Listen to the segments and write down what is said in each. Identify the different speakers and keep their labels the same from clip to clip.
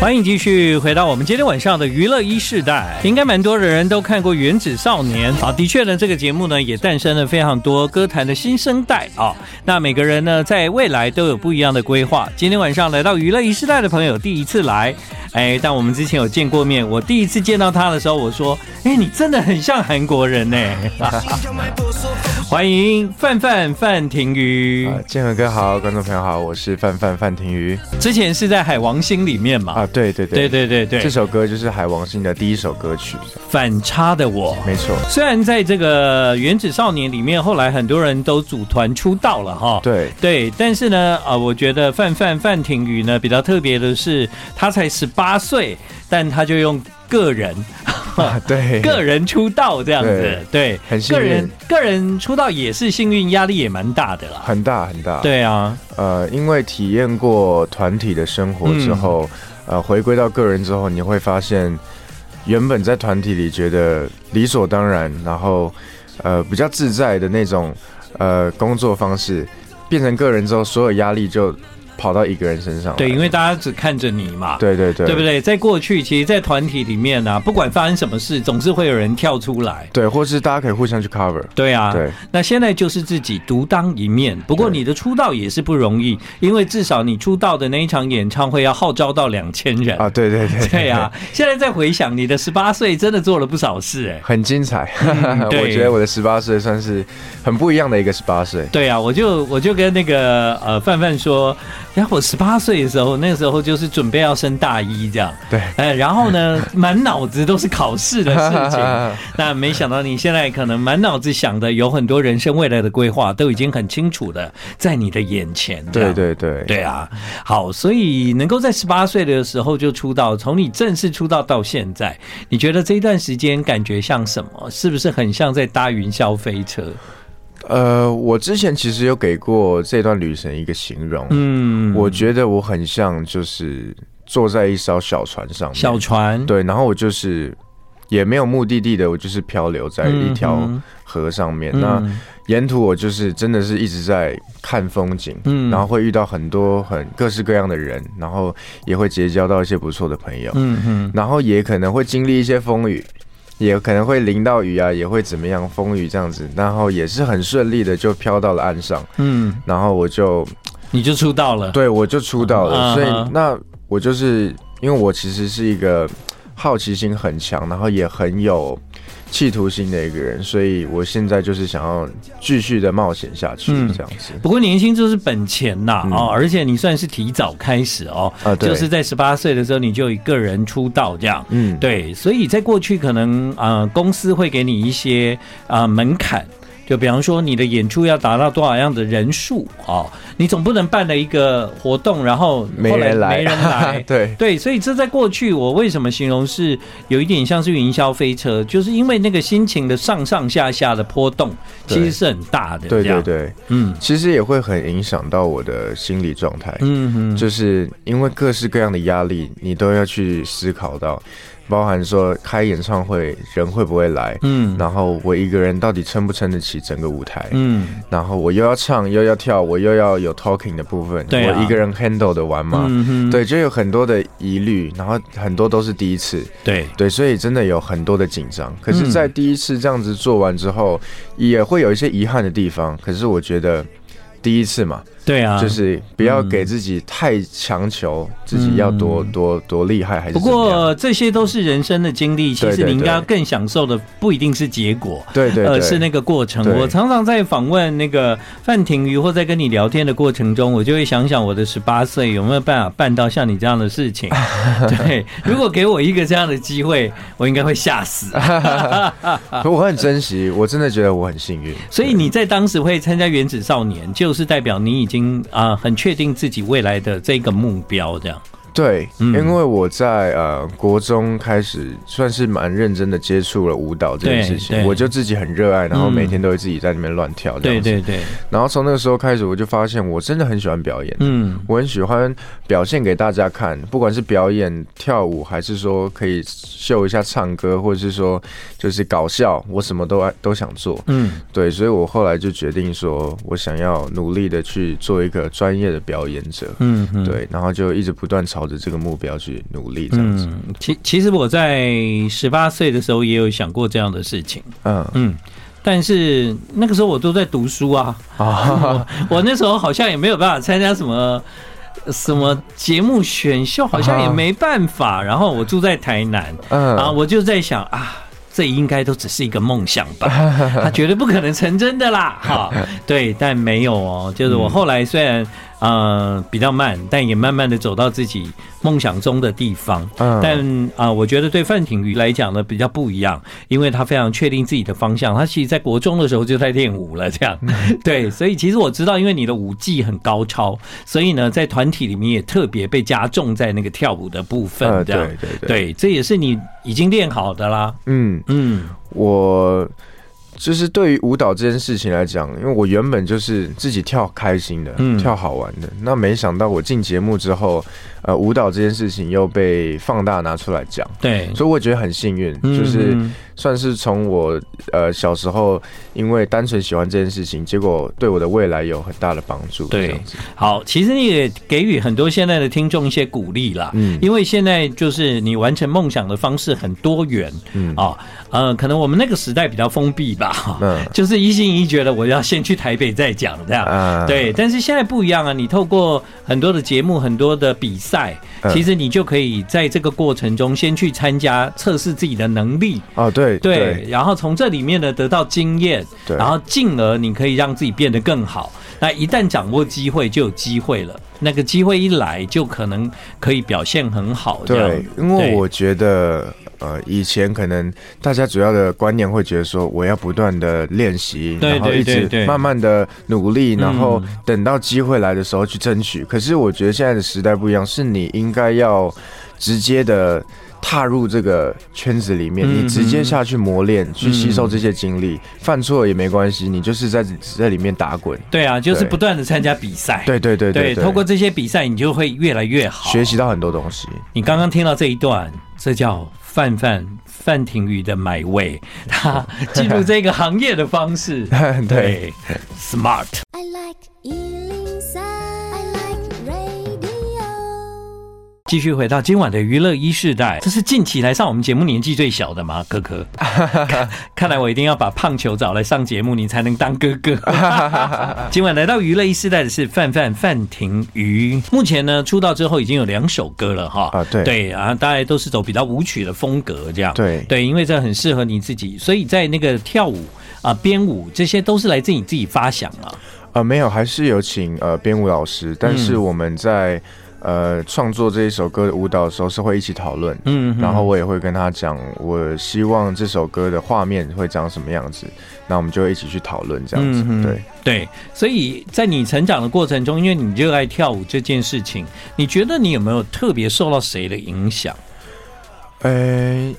Speaker 1: 欢迎继续回到我们今天晚上的娱乐一世代，应该蛮多的人都看过《原子少年》啊。的确呢，这个节目呢也诞生了非常多歌坛的新生代啊。那每个人呢，在未来都有不一样的规划。今天晚上来到娱乐一世代的朋友，第一次来，哎，但我们之前有见过面。我第一次见到他的时候，我说：“哎，你真的很像韩国人呢。”
Speaker 2: 啊
Speaker 1: 欢迎范范范廷瑜
Speaker 2: 啊，，建和哥好，观众朋友好，我是范范范廷瑜
Speaker 1: 之前是在《海王星》里面嘛
Speaker 2: 啊，？对对对
Speaker 1: 对对对对
Speaker 2: 这，首歌就是海王星的第一首歌曲，
Speaker 1: 反差的我。
Speaker 2: 没错，
Speaker 1: 虽然在这个《原子少年》里面，后来很多人都组团出道了哈。
Speaker 2: 对
Speaker 1: 对，但是呢，啊、我觉得范范范廷宇呢比较特别的是，他才十八岁，但他就用个人
Speaker 2: 啊对，
Speaker 1: 个人出道这样子，对，
Speaker 2: 很幸
Speaker 1: 个
Speaker 2: 运
Speaker 1: 人个人出道也是幸运，压力也蛮大的啦。
Speaker 2: 很大很大，，
Speaker 1: 对啊，
Speaker 2: 呃，因为体验过团体的生活之
Speaker 1: 嗯
Speaker 2: 后，呃，回归到个人之后，你会发现，原本在团体里觉得理所当然，然后呃比较自在的那种呃工作方式，变成个人之后，所有压力就跑到一个人身上来，
Speaker 1: 对，因为大家只看着你嘛。
Speaker 2: 对对对，
Speaker 1: 对不对？在过去，其实，在团体里面呢、啊，不管发生什么事，总是会有人跳出来。
Speaker 2: 对，或是大家可以互相去 cover。
Speaker 1: 对啊，
Speaker 2: 对
Speaker 1: 那现在就是自己独当一面。不过
Speaker 2: 对
Speaker 1: 你的出道也是不容易，因为至少你出道的那一场演唱会要号召到两千人。
Speaker 2: 啊，对对对，
Speaker 1: 对啊，现在再回想你的十八岁，真的做了不少事哎、
Speaker 2: 很精彩。
Speaker 1: 嗯对
Speaker 2: 我觉得我的十八岁算是很不一样的一个十八岁。
Speaker 1: 对啊，我就我就跟那个呃范范说，然后我十八岁的时候，那时候就是准备要升大一这样，
Speaker 2: 对，
Speaker 1: 哎，然后 呢，满脑子都是考试的事情。那没想到你现在可能满脑子想的有很多人生未来的规划，都已经很清楚的在你的眼前。这
Speaker 2: 对
Speaker 1: 样
Speaker 2: 对对
Speaker 1: 对啊，好，所以能够在十八岁的时候就出道，从你正式出道到现在，你觉得这一段时间感觉像什么？是不是很像在搭云霄飞车？
Speaker 2: 呃，我之前其实有给过这段旅程一个形容，
Speaker 1: 嗯，
Speaker 2: 我觉得我很像就是坐在一艘小船上面，
Speaker 1: 小船，
Speaker 2: 对，然后我就是也没有目的地的，我就是漂流在
Speaker 1: 嗯
Speaker 2: 一条
Speaker 1: 嗯
Speaker 2: 河上面。
Speaker 1: 嗯
Speaker 2: 那沿途我就是真的是一直在看风景，
Speaker 1: 嗯
Speaker 2: 然后会遇到很多很各式各样的人，然后也会结交到一些不错的朋友，
Speaker 1: 嗯嗯
Speaker 2: 然后也可能会经历一些风雨，也可能会淋到雨啊，也会怎么样风雨这样子，然后也是很顺利的就飘到了岸上，
Speaker 1: 嗯，
Speaker 2: 然后我就
Speaker 1: 你就出道了。
Speaker 2: 对我就出道
Speaker 1: 嗯
Speaker 2: 了，所
Speaker 1: 嗯
Speaker 2: 以那我就是因为我其实是一个好奇心很强，然后也很有企图心的一个人，所以我现在就是想要继续的冒险下去
Speaker 1: 嗯
Speaker 2: 这样子。
Speaker 1: 不过年轻就是本钱呐、
Speaker 2: 嗯
Speaker 1: 哦，而且你算是提早开始哦，
Speaker 2: 啊对
Speaker 1: 就是在十八岁的时候你就一个人出道这样。
Speaker 2: 嗯，
Speaker 1: 对，所以在过去可能呃，公司会给你一些呃门槛，就比方说你的演出要达到多少样的人数哦，你总不能办了一个活动，然后
Speaker 2: 没
Speaker 1: 后来
Speaker 2: 人来，
Speaker 1: 没人来。
Speaker 2: 对，
Speaker 1: 对，所以这在过去，我为什么形容是有一点像是云霄飞车，就是因为那个心情的上上下下的波动，其
Speaker 2: 对
Speaker 1: 实是很大的。
Speaker 2: 对
Speaker 1: 这样
Speaker 2: 对，对，
Speaker 1: 嗯
Speaker 2: 其实也会很影响到我的心理状态。
Speaker 1: 嗯嗯，
Speaker 2: 就是因为各式各样的压力，你都要去思考到，包含说开演唱会人会不会来，
Speaker 1: 嗯
Speaker 2: 然后我一个人到底撑不撑得起整个舞台，
Speaker 1: 嗯
Speaker 2: 然后我又要唱又要跳，我又要有 talking 的部分，
Speaker 1: 对啊
Speaker 2: 我一个人 handle 的完吗？
Speaker 1: 嗯哼
Speaker 2: 对，就有很多的疑虑，然后很多都是第一次，
Speaker 1: 对，
Speaker 2: 对，所以真的有很多的紧
Speaker 1: 嗯
Speaker 2: 张。可是，在第一次这样子做完之后，也会有一些遗憾的地方。可是我觉得第一次嘛，
Speaker 1: 对啊，
Speaker 2: 就是不要给自己太强求，自己要多多多厉害还是
Speaker 1: 嗯不
Speaker 2: 怎么样
Speaker 1: 过这些都是人生的经历，其
Speaker 2: 对
Speaker 1: 实
Speaker 2: 对
Speaker 1: 你应该
Speaker 2: 对
Speaker 1: 要更享受的不一定是结果。
Speaker 2: 对对对，
Speaker 1: 呃，是那个过程。
Speaker 2: 对
Speaker 1: 我常常在访问那个范廷瑜，或在跟你聊天的过程中，我就会想想我的十八岁有没有办法办到像你这样的事 情。对，如果给我一个这样的机会，我应该会吓 死。啊
Speaker 2: 可我很珍惜，我真的觉得我很幸运。
Speaker 1: 所以你在当时会参加《原子少年》，就是代表你已经啊、很确定自己未来的这个目标，这样。
Speaker 2: 对，
Speaker 1: 嗯
Speaker 2: 因为我在呃国中开始算是蛮认真的接触了舞蹈这件事
Speaker 1: 对
Speaker 2: 情，
Speaker 1: 对
Speaker 2: 我就自己很热爱，然后
Speaker 1: 嗯
Speaker 2: 每天都会自己在那边乱跳这
Speaker 1: 对
Speaker 2: 样子。
Speaker 1: 对对，
Speaker 2: 然后从那个时候开始，我就发现我真的很喜欢表演。
Speaker 1: 嗯。
Speaker 2: 我很喜欢表现给大家看，不管是表演、跳舞，还是说可以秀一下唱歌，或者是说就是搞笑，我什么都爱都想做。
Speaker 1: 嗯，
Speaker 2: 对，所以我后来就决定说，我想要努力的去做一个专业的表演者。
Speaker 1: 嗯嗯
Speaker 2: 对，然后就一直不断朝朝着这个目标去努力，这样子。
Speaker 1: 嗯，其其实我在十八岁的时候也有想过这样的事情，
Speaker 2: 嗯
Speaker 1: 嗯，但是那个时候我都在读书啊，
Speaker 2: 啊，
Speaker 1: 我那时候好像也没有办法参加什么什么节目选秀，好像也没办法。然后我住在台南
Speaker 2: 嗯
Speaker 1: 啊，我就在想啊。这应该都只是一个梦想 吧，他绝对不可能成真的啦，哈，对，但没有哦，就是
Speaker 2: 嗯
Speaker 1: 我后来虽然呃比较慢，但也慢慢的走到自己梦想中的地方，
Speaker 2: 嗯
Speaker 1: 但啊、我觉得对范廷宇来讲呢比较不一样，因为他非常确定自己的方向。他其实，在国中的时候就在练舞了，这样、
Speaker 2: 嗯
Speaker 1: 对。所以其实我知道，因为你的舞技很高超，所以呢，在团体里面也特别被加重在那个跳舞的部分，
Speaker 2: 呃
Speaker 1: 这样、
Speaker 2: 对对对
Speaker 1: 对，这也是你已经练好的啦。
Speaker 2: 嗯，
Speaker 1: 嗯
Speaker 2: 我就是对于舞蹈这件事情来讲，因为我原本就是自己跳开心的，
Speaker 1: 嗯
Speaker 2: 跳好玩的。那没想到我进节目之后，呃，舞蹈这件事情又被放大拿出来讲，
Speaker 1: 对，
Speaker 2: 所以我觉得很幸运，就是
Speaker 1: 嗯
Speaker 2: 算是从我呃小时候因为单纯喜欢这件事情，结果对我的未来有很大的帮助。
Speaker 1: 对
Speaker 2: 这样子
Speaker 1: 好，其实你也给予很多现在的听众一些鼓励啦，
Speaker 2: 嗯
Speaker 1: 因为现在就是你完成梦想的方式很多元，
Speaker 2: 嗯
Speaker 1: 啊、呃，可能我们那个时代比较封闭吧，
Speaker 2: 嗯
Speaker 1: 就是一心一意觉得我要先去台北再讲这样，
Speaker 2: 啊
Speaker 1: 对，但是现在不一样啊！你透过很多的节目、很多的比赛，
Speaker 2: 嗯
Speaker 1: 其实你就可以在这个过程中先去参加，测试自己的能力，
Speaker 2: 哦，对
Speaker 1: 对，然后从这里面呢得到经验，
Speaker 2: 对
Speaker 1: 然后进而你可以让自己变得更好。那一旦掌握机会，就有机会了。那个机会一来，就可能可以表现很好。这样
Speaker 2: 对，因为我觉得，呃，以前可能大家主要的观念会觉得说，我要不断的练习，
Speaker 1: 对
Speaker 2: 然后
Speaker 1: 对
Speaker 2: 一
Speaker 1: 对
Speaker 2: 直
Speaker 1: 对
Speaker 2: 慢慢的努力，然后
Speaker 1: 嗯
Speaker 2: 等到机会来的时候去争取。可是我觉得现在的时代不一样，是你应该要直接的。踏入这个圈子里面，
Speaker 1: 嗯
Speaker 2: 你直接下去磨练，去吸收这些经历，犯错也没关系，你就是在在里面打滚。
Speaker 1: 对啊，就是
Speaker 2: 对
Speaker 1: 不断的参加比赛，
Speaker 2: 对对对对，
Speaker 1: 对，透过这些比赛，你就会越来越好，
Speaker 2: 学习到很多东西。
Speaker 1: 你刚刚听到这一段，这叫范范范廷宇的买位，他进入这个行业的方式，
Speaker 2: 对
Speaker 1: ，smart。
Speaker 3: I like Ealing Sound. I like radio.
Speaker 1: 继续回到今晚的娱乐一世代，这是近期来上我们节目年纪最小的吗？哥 哥，看看来我一定要把胖球找来上节目，你才能当哥 哥。今晚来到娱乐一世代的是范范范廷瑜，目前呢出道之后已经有两首歌了哈。
Speaker 2: 啊对
Speaker 1: 对啊，大概都是走比较舞曲的风格这样。
Speaker 2: 对
Speaker 1: 对，因为这很适合你自己，所以在那个跳舞啊、编舞这些都是来自你自己发想啊。
Speaker 2: 呃，没有，还是有请呃编舞老师，但是
Speaker 1: 嗯
Speaker 2: 我们在、呃创作这一首歌的舞蹈的时候是会一起讨论，
Speaker 1: 嗯
Speaker 2: 嗯，然后我也会跟他讲，我希望这首歌的画面会长什么样子，那我们就会一起去讨论这样子，
Speaker 1: 嗯哼
Speaker 2: 对，
Speaker 1: 对，所以在你成长的过程中，因为你热爱跳舞这件事情，你觉得你有没有特别受到谁的影响？
Speaker 2: 呃，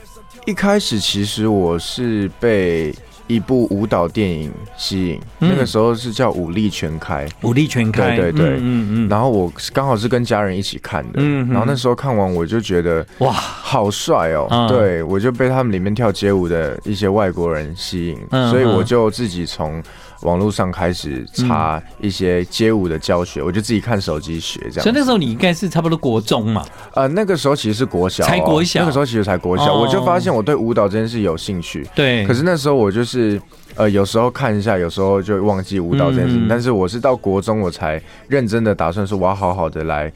Speaker 2: 一开始其实我是被一部舞蹈电影吸引，
Speaker 1: 嗯
Speaker 2: 那个时候是叫《武力全开》，
Speaker 1: 武力全开，
Speaker 2: 对对对
Speaker 1: 嗯嗯嗯，
Speaker 2: 然后我刚好是跟家人一起看的，
Speaker 1: 嗯哼
Speaker 2: 然后那时候看完我就觉得。
Speaker 1: 哇，
Speaker 2: 好帅哦！
Speaker 1: 嗯
Speaker 2: 对我就被他们里面跳街舞的一些外国人吸引，
Speaker 1: 嗯
Speaker 2: 所以
Speaker 1: 嗯
Speaker 2: 我就自己从网络上开始查一些街舞的教学，我就自己看手机学这样。
Speaker 1: 所以那时候你应该是差不多国中嘛，
Speaker 2: 呃，那个时候其实是国小哦、
Speaker 1: 才国小
Speaker 2: 那个时候其实才国小，
Speaker 1: 哦嗯
Speaker 2: 我就发现我对舞蹈这件事有兴趣。
Speaker 1: 对，
Speaker 2: 可是那时候我就是。呃，有时候看一下，有时候就忘记舞蹈这件事情。
Speaker 1: 嗯
Speaker 2: 但是我是到国中，我才认真的打算说，我要好好的来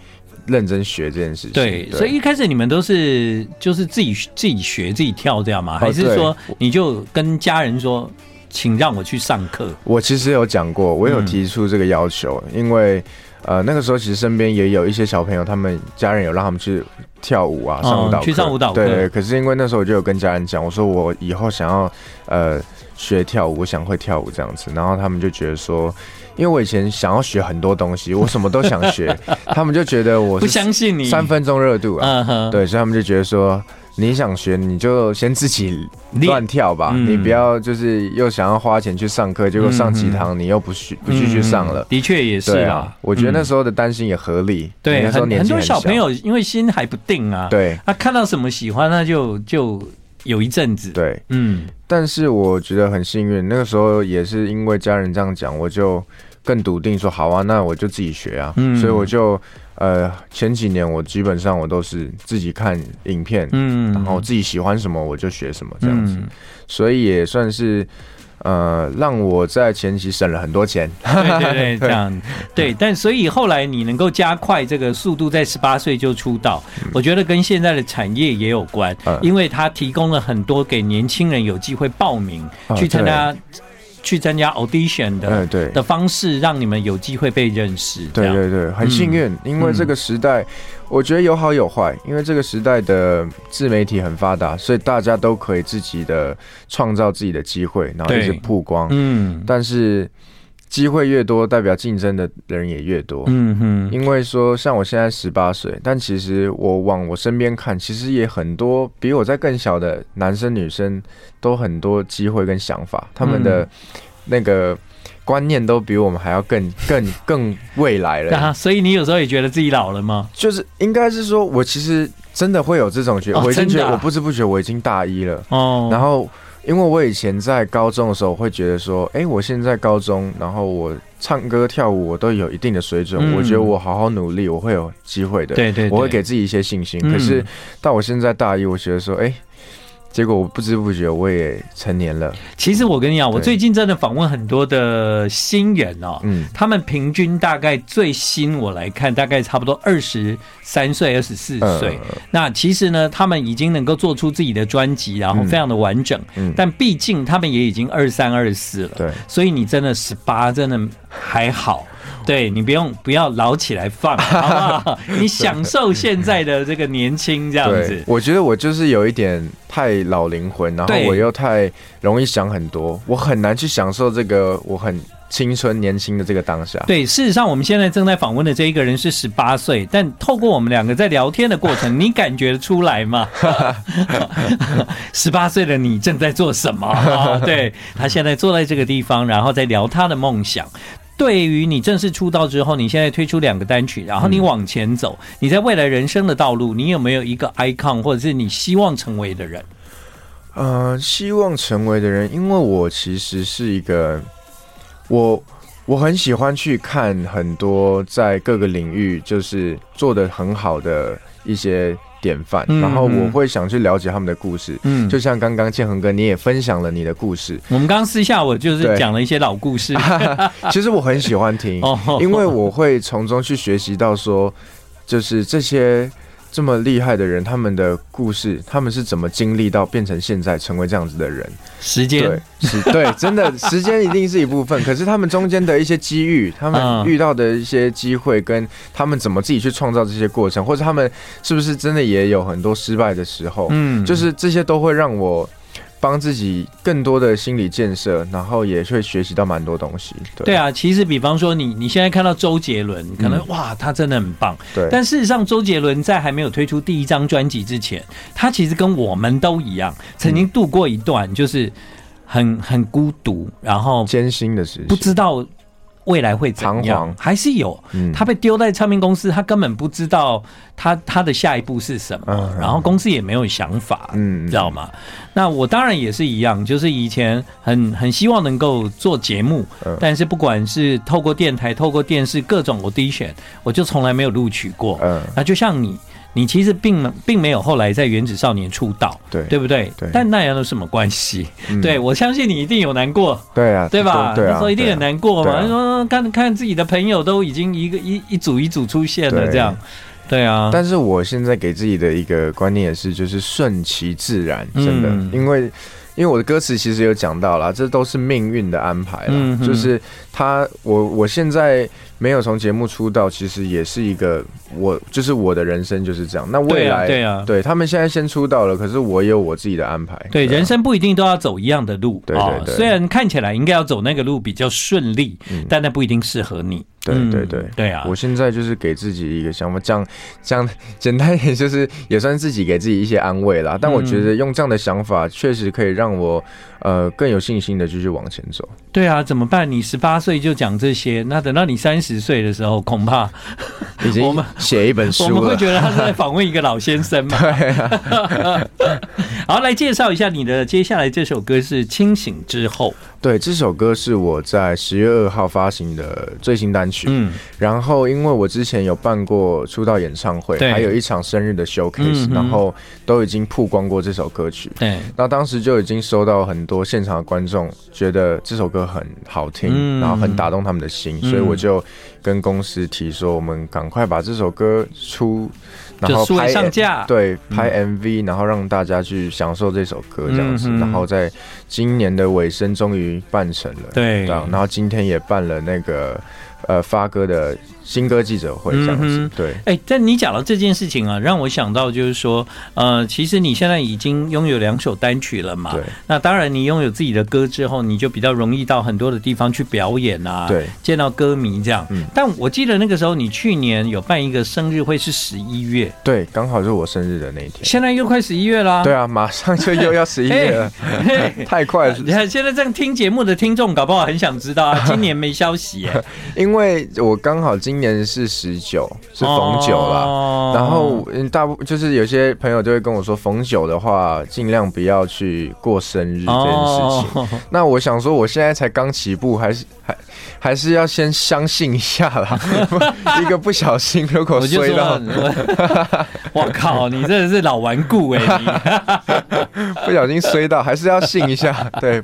Speaker 2: 认真学这件事情。
Speaker 1: 对，所以一开始你们都是就是自己自己学自己跳这样吗？还是
Speaker 2: 哦对
Speaker 1: 说你就跟家人说，请让我去上课？
Speaker 2: 我其实有讲过，我有
Speaker 1: 嗯
Speaker 2: 提出这个要求，因为呃那个时候其实身边也有一些小朋友，他们家人有让他们去跳舞啊，
Speaker 1: 嗯
Speaker 2: 上舞蹈课、
Speaker 1: 去上舞蹈课
Speaker 2: 对对，可是因为那时候我就有跟家人讲，我说我以后想要呃学跳舞，我想会跳舞这样子，然后他们就觉得说。因为我以前想要学很多东西，我什么都想 学，他们就觉得我
Speaker 1: 不
Speaker 2: 是
Speaker 1: 相信你，
Speaker 2: 三，分钟热度啊，
Speaker 1: 嗯哼，
Speaker 2: 对，所以他们就觉得说，你想学你就先自己
Speaker 1: 练
Speaker 2: 乱跳吧，
Speaker 1: 嗯
Speaker 2: 你不要就是又想要花钱去上课，结果上几堂你又不去不
Speaker 1: 嗯，
Speaker 2: 继续上了。
Speaker 1: 的确也是
Speaker 2: 对
Speaker 1: 啊
Speaker 2: 啊，，我觉得那
Speaker 1: 嗯
Speaker 2: 时候的担心也合理。你
Speaker 1: 对
Speaker 2: 那时候
Speaker 1: 很
Speaker 2: 年
Speaker 1: 很
Speaker 2: 纪
Speaker 1: 多
Speaker 2: 小
Speaker 1: 小朋友因为心还不定啊，
Speaker 2: 对
Speaker 1: 他看到什么喜欢，他就就有一阵子。，
Speaker 2: 对，
Speaker 1: 嗯，
Speaker 2: 但是我觉得很幸运，那个时候也是因为家人这样讲，我就更笃定说好啊，那我就自己学啊。
Speaker 1: 嗯
Speaker 2: 所以我就呃前几年我基本上我都是自己看影片，
Speaker 1: 嗯
Speaker 2: 然后自己喜欢什么我就学什么这样子，
Speaker 1: 嗯
Speaker 2: 所以也算是呃让我在前期省了很多钱。
Speaker 1: 嗯对对对，这样对，但所以后来你能够加快这个速度，在十八岁就出道，我觉得跟现在的产业也有关
Speaker 2: 嗯，
Speaker 1: 因为它提供了很多给年轻人有机会报名
Speaker 2: 啊
Speaker 1: 去参加去参加 audition
Speaker 2: 嗯、
Speaker 1: 的
Speaker 2: 对。
Speaker 1: 的方式，让你们有机会被认识。这
Speaker 2: 对
Speaker 1: 样
Speaker 2: 对对，很幸运，因为这个时代，我觉得有好有坏。因为这个时代的自媒体很发达，所以大家都可以自己的创造自己的机会，然后一直
Speaker 1: 对
Speaker 2: 曝光。
Speaker 1: 嗯
Speaker 2: 但是机会越多，代表竞争的人也越多。
Speaker 1: 嗯哼，
Speaker 2: 因为说，像我现在十八岁，但其实我往我身边看，其实也很多比我在更小的男生女生都很多机会跟想法，他们
Speaker 1: 嗯
Speaker 2: 的那个观念都比我们还要更 更更未来 了。
Speaker 1: 那所以你有时候也觉得自己老了吗？
Speaker 2: 就是应该是说，我其实真的会有这种觉
Speaker 1: 哦
Speaker 2: 我已经觉
Speaker 1: 真的
Speaker 2: 得
Speaker 1: 啊
Speaker 2: 我不知不觉我已经大一了。
Speaker 1: 哦，
Speaker 2: 然后，因为我以前在高中的时候会觉得说，哎，我现在高中，然后我唱歌跳舞我都有一定的水准，
Speaker 1: 嗯
Speaker 2: 我觉得我好好努力，我会有机会的。
Speaker 1: 对对，对
Speaker 2: 我会给自己一些信心。
Speaker 1: 嗯
Speaker 2: 可是到我现在大一，我觉得说，哎，结果我不知不觉我也成年了。
Speaker 1: 其实我跟你讲，我
Speaker 2: 对
Speaker 1: 最近真的访问很多的新人哦，
Speaker 2: 嗯，
Speaker 1: 他们平均大概最新我来看，大概差不多二十三岁、二十四
Speaker 2: 嗯
Speaker 1: 岁。那其实呢，他们已经能够做出自己的专辑，然后非常的完整。
Speaker 2: 嗯
Speaker 1: 但毕竟他们也已经二三、二四了，
Speaker 2: 对，
Speaker 1: 所以你真的十八真的还好。对你不用不要老起来 放，好不好？你享受现在的这个年轻这样
Speaker 2: 对
Speaker 1: 子，。
Speaker 2: 我觉得我就是有一点太老灵魂，然后
Speaker 1: 对
Speaker 2: 我又太容易想很多，我很难去享受这个我很青春年轻的这个当下。
Speaker 1: 对，事实上，我们现在正在访问的这一个人是十八岁，但透过我们两个在聊天的过程，你感觉得出来吗？十八岁的你正在做什么？ 啊对他现在坐在这个地方，然后在聊他的梦想。对于你正式出道之后，你现在推出两个单曲，然后你往前走，
Speaker 2: 嗯
Speaker 1: 你在未来人生的道路，你有没有一个 icon 或者是你希望成为的人？
Speaker 2: 呃，希望成为的人，因为我其实是一个，我我很喜欢去看很多在各个领域就是做的很好的一些典范，
Speaker 1: 嗯
Speaker 2: 然后我
Speaker 1: 嗯
Speaker 2: 会想去了解他们的故事。
Speaker 1: 嗯，
Speaker 2: 就像刚刚建恒哥，你也分享了你的故 事，
Speaker 1: 我们刚刚私下我就是
Speaker 2: 对
Speaker 1: 讲了一些老故事
Speaker 2: 其实我很喜欢听，
Speaker 1: 啊 哦，
Speaker 2: 因为我会从中去学习到说，就是这些这么厉害的人，他们的故事，他们是怎么经历到变成现在成为这样子的人。
Speaker 1: 时间
Speaker 2: 对，是，对，真的， 时间一定是一部分，可是他们中间的一些机遇，他
Speaker 1: 嗯
Speaker 2: 们遇到的一些机会，跟他们怎么自己去创造这些过程，或者他们是不是真的也有很多失败的时候，
Speaker 1: 嗯
Speaker 2: 就是这些都会让我。帮自己更多的心理建设，然后也会学习到蛮多东西。对
Speaker 1: 对啊，其实比方说你你现在看到周杰伦，可能、
Speaker 2: 嗯
Speaker 1: 哇，他真的很棒。
Speaker 2: 对
Speaker 1: 但事实上，周杰伦在还没有推出第一张专辑之前，他其实跟我们都一样，曾
Speaker 2: 嗯
Speaker 1: 经度过一段就是很很孤独，然后
Speaker 2: 艰辛的事情，
Speaker 1: 不知道未来会怎
Speaker 2: 彷
Speaker 1: 样
Speaker 2: 徨，
Speaker 1: 还是有。
Speaker 2: 嗯
Speaker 1: 他被丢在唱片公司，他根本不知道他他的下一步是什么，
Speaker 2: 嗯
Speaker 1: 然后公司也没有想法，
Speaker 2: 嗯
Speaker 1: 知道吗？那我当然也是一样，就是以前很很希望能够做节目
Speaker 2: 嗯，
Speaker 1: 但是不管是透过电台、透过电视各种 audition，我就从来没有录取过。
Speaker 2: 嗯，
Speaker 1: 那就像你，你其实并并没有后来在原子少年出道，
Speaker 2: 对
Speaker 1: 对不对？
Speaker 2: 对
Speaker 1: 但那样有什么关系？
Speaker 2: 嗯
Speaker 1: 对我相信你一定有难过，
Speaker 2: 对啊，
Speaker 1: 对吧？
Speaker 2: 对
Speaker 1: 那
Speaker 2: 啊
Speaker 1: 时，候一定
Speaker 2: 对啊
Speaker 1: 很难过
Speaker 2: 对
Speaker 1: 嘛。
Speaker 2: 啊
Speaker 1: 就说嗯看看自己的朋友都已经一个一一组一组出现了，
Speaker 2: 对
Speaker 1: 这样，对啊，
Speaker 2: 但是我现在给自己的一个观念也是，就是顺其自然，真的，
Speaker 1: 嗯
Speaker 2: 因为。因为我的歌词其实有讲到啦，这都是命运的安排啦。
Speaker 1: 嗯哼
Speaker 2: 就是他，我我现在没有从节目出道，其实也是一个我，就是我的人生就是这样。那未
Speaker 1: 对啊，
Speaker 2: 来，
Speaker 1: 对啊。
Speaker 2: 对他们现在先出道了，可是我也有我自己的安排。
Speaker 1: 对，
Speaker 2: 啊
Speaker 1: 人生不一定都要走一样的路
Speaker 2: 对
Speaker 1: 哦
Speaker 2: 对对嗯
Speaker 1: 虽然看起来应该要走那个路比较顺利，但那不一定适合你。
Speaker 2: 对
Speaker 1: 嗯
Speaker 2: 对对
Speaker 1: 对啊
Speaker 2: 我，现在就是给自己一个想法，这样这样简单一点，就是也算自己给自己一些安慰啦。但我觉
Speaker 1: 嗯
Speaker 2: 得用这样的想法，确实可以让我呃更有信心的继续往前走。
Speaker 1: 对啊，怎么办？你十八岁就讲这些，那等到你三十岁的时候，恐怕
Speaker 2: 已
Speaker 1: 我
Speaker 2: 经
Speaker 1: 们
Speaker 2: 写一本
Speaker 1: 我
Speaker 2: 书
Speaker 1: 们会
Speaker 2: 了， 啊
Speaker 1: 觉得他是在访问一个老先生嘛。 好，来介绍一下你的接下来这首歌是《清醒之后》。
Speaker 2: 对，这首歌是我在十月二号发行的最新单曲。
Speaker 1: 嗯，
Speaker 2: 然后，因为我之前有办过出道演唱会，
Speaker 1: 对
Speaker 2: 还有一场生日的 showcase，、
Speaker 1: 嗯哼
Speaker 2: 然后都已经曝光过这首歌曲。
Speaker 1: 对，
Speaker 2: 那当时就已经收到很多现场的观众觉得这首歌很好听，
Speaker 1: 嗯
Speaker 2: 然后很打动他们的心，
Speaker 1: 嗯
Speaker 2: 所以我就跟公司提说，我们赶快把这首歌出，然
Speaker 1: 就
Speaker 2: 后
Speaker 1: 数位
Speaker 2: 拍
Speaker 1: 上架。嗯
Speaker 2: 对，拍 MV，、然后让大家去享受这首歌这样子，
Speaker 1: 嗯哼
Speaker 2: 然后在今年的尾声终于办成了，
Speaker 1: 对
Speaker 2: 这样然后今天也办了那个呃发哥的新歌记者会这样子，
Speaker 1: 嗯哼
Speaker 2: 对，
Speaker 1: 哎，但你讲到这件事情啊，让我想到就是说，呃，其实你现在已经拥有两首单曲了嘛。
Speaker 2: 对。
Speaker 1: 那当然，你拥有自己的歌之后，你就比较容易到很多的地方去表演啊，
Speaker 2: 对，
Speaker 1: 见到歌迷这样。
Speaker 2: 嗯
Speaker 1: 但我记得那个时候，你去年有办一个生日会，是十一月，
Speaker 2: 对，刚好是我生日的那一天，
Speaker 1: 现在又快十一月啦。
Speaker 2: 对啊，马上就又要十一月了，
Speaker 1: 哎。嘿
Speaker 2: 太快了。
Speaker 1: 你看，现在正听节目的听众，搞不好很想知道啊，今年没消 息耶，
Speaker 2: 因为我刚好今年是十九，是逢九啦。
Speaker 1: 哦
Speaker 2: 然后，嗯，大部就是有些朋友就会跟我说，逢九的话，尽量不要去过生日这件事情。
Speaker 1: 哦
Speaker 2: 那我想说，我现在才刚起步，还是 还还是要先相信一下啦。 一个不小心，如果
Speaker 1: 我就
Speaker 2: 衰
Speaker 1: 说，
Speaker 2: 到
Speaker 1: 我我 靠，你真的是老顽固哎、 你
Speaker 2: 不小心衰到，还是要信一下。 对，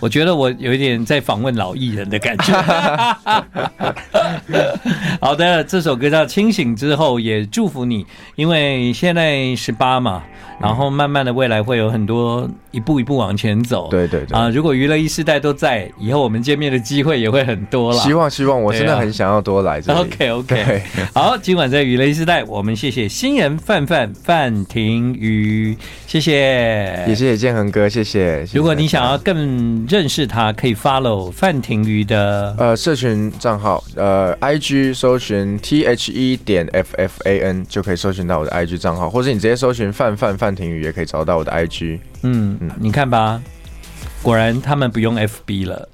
Speaker 1: 我觉得我有一点在访问老艺人的感觉。 好的，这首歌叫《清醒之后》，也祝福你，因为现在十八嘛，然后慢慢的未来会有很多一步一步往前走。
Speaker 2: 对对对
Speaker 1: 啊、如果娱乐一世代都在，以后我们见面的机会也会很多了。
Speaker 2: 希望希望，我真
Speaker 1: 对
Speaker 2: 的
Speaker 1: 啊
Speaker 2: 很想要多来这里。
Speaker 1: OK
Speaker 2: 对
Speaker 1: OK，好，今晚在娱乐一时代，我们谢谢新人范范范廷瑜，谢谢，
Speaker 2: 也谢谢建恒哥，谢谢。谢谢
Speaker 1: 如果你
Speaker 2: 大家
Speaker 1: 想要更认识他，可以 follow 范廷瑜的。
Speaker 2: 呃，社群账号，呃，IG 搜寻 T H E 点 F F A N 就可以搜寻到我的 IG 账号，或者你直接搜寻范范范廷宇也可以找到我的 IG。
Speaker 1: 嗯，你看吧，果然他们不用 FB 了。